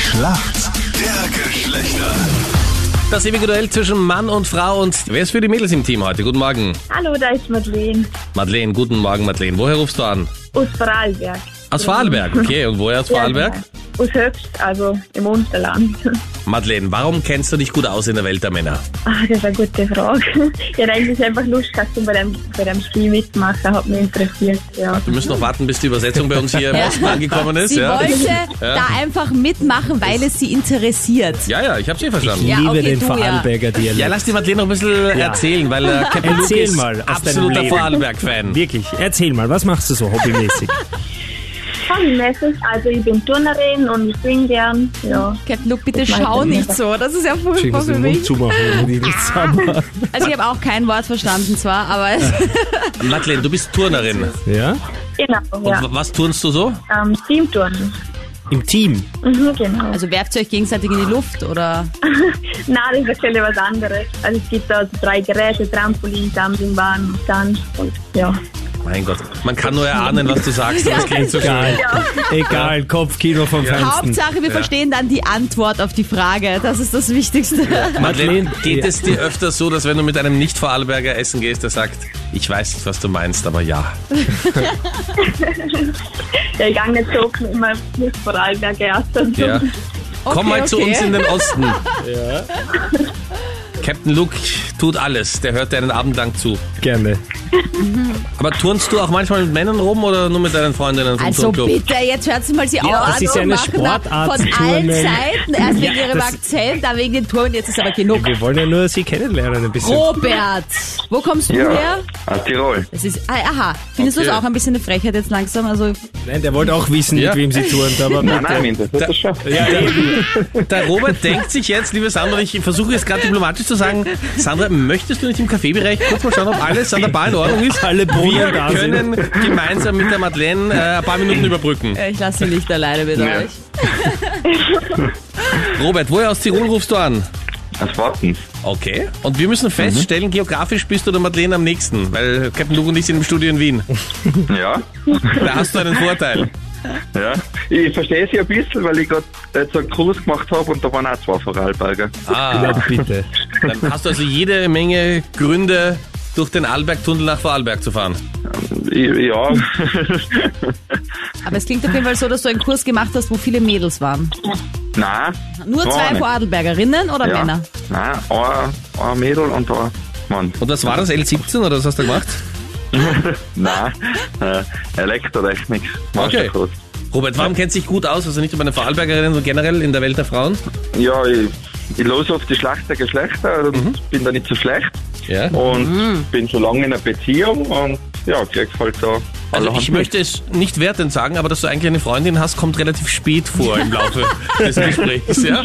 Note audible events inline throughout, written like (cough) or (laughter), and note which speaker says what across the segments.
Speaker 1: Schlacht der Geschlechter.
Speaker 2: Das ewige Duell zwischen Mann und Frau und wer ist für die Mädels im Team heute? Guten Morgen.
Speaker 3: Hallo, da ist Madeleine
Speaker 2: Madeleine, guten Morgen, Madeleine. Woher rufst du an?
Speaker 3: aus Vorarlberg.
Speaker 2: Aus Vorarlberg, okay. Und woher aus Vorarlberg?
Speaker 3: Ja, genau. Aus Höchst, also im Unterland. (laughs)
Speaker 2: Madeleine, warum kennst du dich gut aus in der Welt der Männer?
Speaker 3: Ah, das ist eine gute Frage. (laughs) Ich hätte eigentlich einfach Lust gehabt, um bei dem, bei dem Spiel mitmachen, hat mich interessiert. Ja.
Speaker 2: Wir müssen noch warten, bis die Übersetzung bei uns hier im
Speaker 4: Ja.
Speaker 2: Osten angekommen ist. (laughs)
Speaker 4: Sie
Speaker 2: ja.
Speaker 4: wollte da einfach mitmachen, weil es sie interessiert.
Speaker 2: ja, ja, ich hab's eh verstanden.
Speaker 4: Ja.
Speaker 5: Liebe
Speaker 4: okay,
Speaker 5: den
Speaker 4: du, ja.
Speaker 5: Vorarlberger Dialekt.
Speaker 2: Ja, lass die Madeleine noch ein bisschen erzählen, weil äh, Captain Luke
Speaker 5: Erzähl
Speaker 2: ist
Speaker 5: mal aus deinem
Speaker 2: absoluter
Speaker 5: Leben.
Speaker 2: Vorarlberg-Fan.
Speaker 5: Wirklich, erzähl mal, was machst du so hobbymäßig?
Speaker 3: Hobbymäßig, also ich bin Turnerin und ich singe gern. Ja.
Speaker 4: Captain Luke, bitte
Speaker 3: Ich weiß
Speaker 4: schau
Speaker 3: es nicht.
Speaker 4: nicht so. Das ist ja furchtbar für mich.
Speaker 5: zumachen, wenn die (laughs) nichts haben.
Speaker 4: Also ich habe auch kein Wort verstanden zwar, aber (laughs)
Speaker 2: Madeleine, du bist Turnerin.
Speaker 5: Ja?
Speaker 3: Genau,
Speaker 2: Und
Speaker 3: ja.
Speaker 2: w- was turnst du so?
Speaker 3: Ähm, Teamturnen.
Speaker 5: Im Team.
Speaker 3: Mhm, genau.
Speaker 4: also werft ihr euch gegenseitig in die Luft oder
Speaker 3: Nein, das ist völlig was anderes. Also es gibt da so drei Geräte, Trampolin, Dumpingbahn, Tanz und ja.
Speaker 2: Mein Gott, man kann nur erahnen, was du sagst, aber es
Speaker 5: (laughs)
Speaker 2: klingt so schön.
Speaker 5: Egal. Egal, Kopfkino vom Feinsten.
Speaker 4: Hauptsache wir verstehen dann die Antwort auf die Frage. Das ist das Wichtigste.
Speaker 2: Madeleine,
Speaker 5: Madeleine,
Speaker 2: geht
Speaker 5: ja.
Speaker 2: es dir öfter so, dass wenn du mit einem Nicht-Vorarlberger essen gehst, der sagt, ich weiß nicht, was du meinst, aber ja.
Speaker 3: Ja, ich gehe nicht so mit meinem Vorarlberg erst.
Speaker 2: ja. Komm mal zu
Speaker 4: okay.
Speaker 2: uns in den
Speaker 4: (laughs)
Speaker 2: Osten. Captain Luke tut alles, der hört dir einen Abend lang zu.
Speaker 5: Gerne.
Speaker 2: Aber turnst du auch manchmal mit Männern rum oder nur mit deinen Freundinnen vom
Speaker 4: (laughs) Also
Speaker 2: Turnclub?
Speaker 4: bitte, jetzt hört sie mal sie
Speaker 5: Ja,
Speaker 4: auch
Speaker 5: das
Speaker 4: an
Speaker 5: ist
Speaker 4: und
Speaker 5: ja eine
Speaker 4: machen
Speaker 5: Sportart,
Speaker 4: da von allen
Speaker 5: Turnen.
Speaker 4: Seiten. Erst wegen ihrem
Speaker 5: das-
Speaker 4: Akzent, dann wegen den Touren, jetzt ist aber genug.
Speaker 5: Wir wollen ja nur sie kennenlernen ein bisschen.
Speaker 4: Oh. Robert, wo kommst du her?
Speaker 6: aus Tirol.
Speaker 4: Das ist, ah, aha, findest du
Speaker 2: Okay.
Speaker 4: es auch ein bisschen eine Frechheit jetzt langsam? Also
Speaker 5: Nein, der wollte auch wissen,
Speaker 2: Ja.
Speaker 5: mit wem sie turnt, aber
Speaker 6: Nein, nein, mir interessiert das schon.
Speaker 2: Ja, der, der Robert denkt sich jetzt, liebe Sandra, ich versuche jetzt gerade diplomatisch zu sagen, Sandra, möchtest du nicht im Kaffeebereich kurz mal schauen, ob alles an der Bar in Ordnung ist?
Speaker 5: alle
Speaker 2: Wir
Speaker 5: Brunnen da sind.
Speaker 2: können gemeinsam mit der Madeleine äh, ein paar Minuten überbrücken.
Speaker 4: äh, ich lasse sie nicht alleine mit
Speaker 6: Ja.
Speaker 4: euch.
Speaker 2: Robert, woher aus Tirol rufst du an?
Speaker 6: Aus Worten.
Speaker 2: Okay. Und wir müssen feststellen, geografisch bist du der Madeleine am nächsten, weil Captain Luke und ich sind im Studio in Wien.
Speaker 6: Ja,
Speaker 2: Da hast du einen Vorteil.
Speaker 6: ja. Ich verstehe sie ein bisschen, weil ich gerade jetzt einen Kurs gemacht habe und da waren auch zwei Vorarlberger.
Speaker 2: (laughs) Ah,
Speaker 5: Bitte.
Speaker 2: dann hast du also jede Menge Gründe, durch den Arlbergtunnel nach Vorarlberg zu fahren.
Speaker 6: Ich, ja, (laughs)
Speaker 4: Aber es klingt auf jeden Fall so, dass du einen Kurs gemacht hast, wo viele Mädels waren.
Speaker 6: nein.
Speaker 4: Nur
Speaker 6: gar
Speaker 4: zwei
Speaker 6: nicht.
Speaker 4: Vorarlbergerinnen oder
Speaker 6: ja.
Speaker 4: Männer?
Speaker 6: Nein, ein, ein Mädel und ein Mann.
Speaker 2: Und was war das, L17 oder was hast du gemacht?
Speaker 6: Nein, äh, Elektrotechnik.
Speaker 2: Okay.
Speaker 6: Masterclass.
Speaker 2: Robert, warum kennt sich gut aus, also nicht nur bei den Vorarlbergerinnen, sondern generell in der Welt der Frauen?
Speaker 6: Ja, ich, ich los auf die Schlacht der Geschlechter und
Speaker 2: Mhm.
Speaker 6: bin da nicht so schlecht.
Speaker 2: Ja.
Speaker 6: Und bin schon lange in einer Beziehung und ja, krieg halt da
Speaker 2: Also
Speaker 6: allerhand
Speaker 2: ich
Speaker 6: mit.
Speaker 2: möchte es nicht wertend sagen, aber dass du eigentlich eine Freundin hast, kommt relativ spät vor im (laughs) Laufe des Gesprächs. Ja?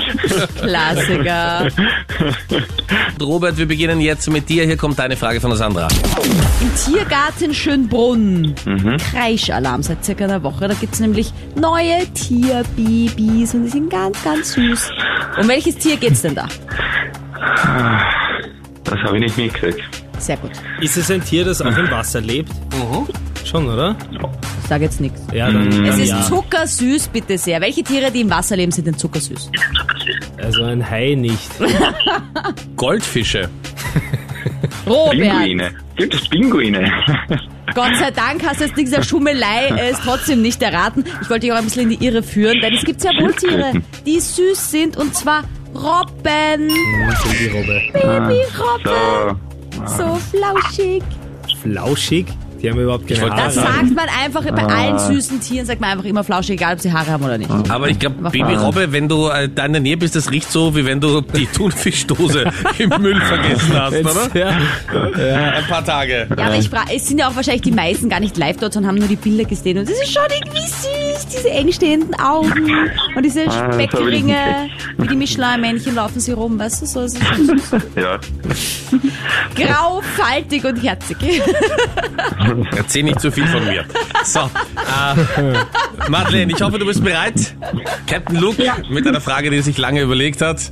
Speaker 4: Klassiker.
Speaker 6: (laughs)
Speaker 2: Und Robert, wir beginnen jetzt mit dir. Hier kommt deine Frage von der Sandra.
Speaker 4: Im Tiergarten Schönbrunn.
Speaker 6: Mhm.
Speaker 4: Kreischalarm seit circa einer Woche. Da gibt's nämlich neue Tierbabys und die sind ganz, ganz süß. Um welches Tier geht's denn da?
Speaker 6: Das habe ich nicht mitgekriegt.
Speaker 4: Sehr gut.
Speaker 5: Ist es ein Tier, das auch im Wasser lebt?
Speaker 2: Mhm.
Speaker 5: Schon, oder?
Speaker 4: Ich sag jetzt nichts.
Speaker 5: Ja,
Speaker 2: Mm.
Speaker 5: dann,
Speaker 4: Es
Speaker 5: dann
Speaker 4: ist
Speaker 5: ja.
Speaker 4: zuckersüß, bitte sehr. Welche Tiere, die im Wasser leben, sind denn zuckersüß?
Speaker 5: Also ein Hai nicht.
Speaker 2: Goldfische.
Speaker 4: Robert,
Speaker 6: Pinguine. Gibt es Pinguine? (laughs)
Speaker 4: Gott sei Dank hast du jetzt nichts der Schummelei äh, es trotzdem nicht erraten. Ich wollte dich auch ein bisschen in die Irre führen, denn es gibt sehr wohl Tiere, die süß sind und zwar Robben.
Speaker 5: Schon die Robbe.
Speaker 4: Babyrobben.
Speaker 6: so,
Speaker 4: So flauschig.
Speaker 5: Flauschig? Die haben überhaupt keine
Speaker 2: wollte-
Speaker 5: Haare.
Speaker 4: Das sagt man einfach bei
Speaker 6: Ah.
Speaker 4: allen süßen Tieren, sagt man einfach immer flauschig, egal ob sie Haare haben oder nicht.
Speaker 2: Aber ich glaube, Babyrobbe, wenn du äh, da in der Nähe bist, das riecht so, wie wenn du die Thunfischdose (laughs) im Müll vergessen hast, oder?
Speaker 5: Jetzt, (laughs) ja.
Speaker 2: Ein paar Tage.
Speaker 4: Ja, aber ich frage, es sind ja auch wahrscheinlich die meisten gar nicht live dort, sondern haben nur die Bilder gesehen. Und das ist schon irgendwie süß, diese eng stehenden Augen und diese
Speaker 6: Ah, das hab ich nicht
Speaker 4: Speckringe. Wie die Michelin-Männchen laufen sie rum, weißt du, so es ist
Speaker 6: (laughs)
Speaker 4: schon süß.
Speaker 6: ja.
Speaker 4: grau, faltig und herzig.
Speaker 2: Erzähl nicht zu viel von mir. So, äh, Madeleine, ich hoffe, du bist bereit. Captain Luke mit einer Frage, die er sich lange überlegt hat,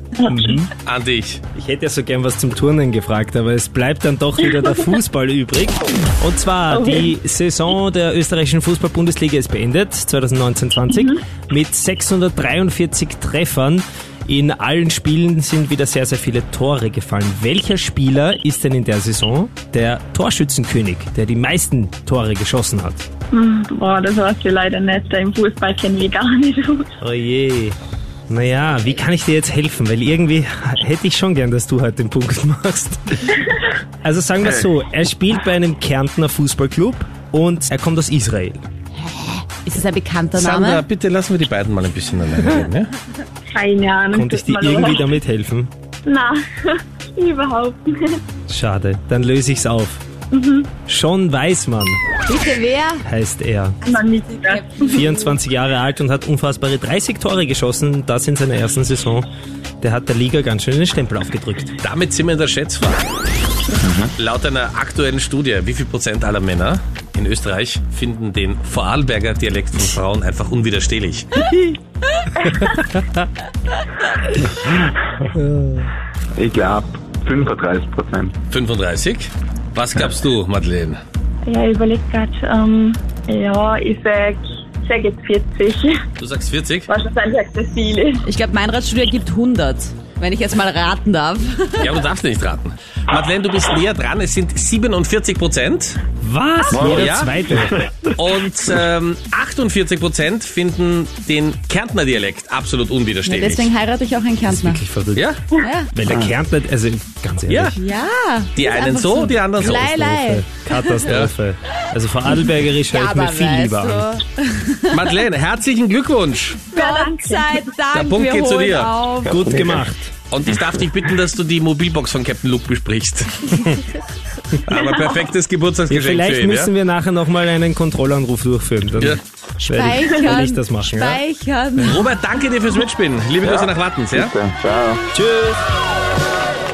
Speaker 2: an dich.
Speaker 5: Ich hätte ja so gern was zum Turnen gefragt, aber es bleibt dann doch wieder der Fußball übrig. Und zwar, die Saison der österreichischen Fußball-Bundesliga ist beendet, 2019-20, mit 643 Treffern. In allen Spielen sind wieder sehr, sehr viele Tore gefallen. Welcher Spieler ist denn in der Saison der Torschützenkönig, der die meisten Tore geschossen hat?
Speaker 3: Boah, das war's wir leider nicht. Im Fußball kennen wir gar nicht.
Speaker 5: Oh je. Naja, wie kann ich dir jetzt helfen? Weil irgendwie hätte ich schon gern, dass du halt den Punkt (laughs) machst. Also sagen wir so, er spielt bei einem Kärntner Fußballclub und er kommt aus Israel.
Speaker 4: Ist es ein bekannter
Speaker 2: Sandra,
Speaker 4: Name?
Speaker 2: bitte lassen wir die beiden mal ein bisschen alleine ne? reden. Ja?
Speaker 3: Keine Ahnung.
Speaker 5: Konnte ich
Speaker 3: tut
Speaker 5: dir
Speaker 3: mir
Speaker 5: irgendwie
Speaker 3: leid.
Speaker 5: damit helfen?
Speaker 3: Nein, (laughs) überhaupt nicht.
Speaker 5: Schade, dann löse ich's auf.
Speaker 2: Mhm.
Speaker 5: Sean Weismann
Speaker 4: Bitte wer?
Speaker 5: heißt er.
Speaker 2: Mhm.
Speaker 3: Man nicht gedacht.
Speaker 5: 24 Jahre alt und hat unfassbare 30 Tore geschossen, das in seiner ersten Saison. Der hat der Liga ganz schön den Stempel aufgedrückt.
Speaker 2: Damit sind wir in der Schätzfrage. Laut einer aktuellen Studie, wie viel Prozent aller Männer in Österreich finden den Vorarlberger Dialekt von Frauen einfach unwiderstehlich?
Speaker 6: Ich glaube, 35 Prozent.
Speaker 2: 35. Was glaubst du, Madeleine?
Speaker 3: Ja, ich überleg grad. Ähm, ja, ich sag, ich sag jetzt 40.
Speaker 2: Du sagst 40?
Speaker 3: Was wahrscheinlich auch das Ziel ist.
Speaker 4: Ich glaube, mein Ratstudio ergibt 100, wenn ich jetzt mal raten darf.
Speaker 2: Ja, aber du darfst nicht raten. Madeleine, du bist näher dran. Es sind 47 Prozent.
Speaker 5: Was? Jeder
Speaker 2: Ja? (laughs)
Speaker 5: Zweite.
Speaker 2: Und ähm, 48 Prozent finden den Kärntner Dialekt absolut
Speaker 4: Ja,
Speaker 2: unwiderstehlich.
Speaker 4: deswegen heirate ich auch einen Kärntner.
Speaker 5: Wirklich verrückt.
Speaker 2: ja,
Speaker 4: Ja.
Speaker 5: Weil der Kärntner, also ganz ehrlich.
Speaker 2: ja.
Speaker 4: ja.
Speaker 2: Die
Speaker 4: ist
Speaker 2: einen
Speaker 4: einfach
Speaker 2: so, die anderen so.
Speaker 4: Lei, lei.
Speaker 5: Katastrophe. Also vorarlbergerisch höre ich mir viel lieber an.
Speaker 4: weißt du,
Speaker 2: Madeleine, herzlichen Glückwunsch.
Speaker 4: Gott sei
Speaker 2: Der
Speaker 4: Dank,
Speaker 2: Punkt
Speaker 4: wir
Speaker 2: geht zu
Speaker 4: holen
Speaker 2: dir.
Speaker 4: auf.
Speaker 5: Gut gemacht.
Speaker 2: Und ich darf dich bitten, dass du die Mobilbox von Captain Luke besprichst. Aber perfektes Geburtstagsgeschenk für
Speaker 5: Vielleicht
Speaker 2: ihn,
Speaker 5: müssen
Speaker 2: ja?
Speaker 5: wir nachher nochmal einen Kontrollanruf durchführen. Dann
Speaker 2: Ja.
Speaker 5: werde ich, werde ich das machen. Ja?
Speaker 4: Speichern.
Speaker 2: Robert, danke dir fürs Mitspielen. Liebe Grüße nach Wattens, ja?
Speaker 6: Ciao.
Speaker 5: Tschüss.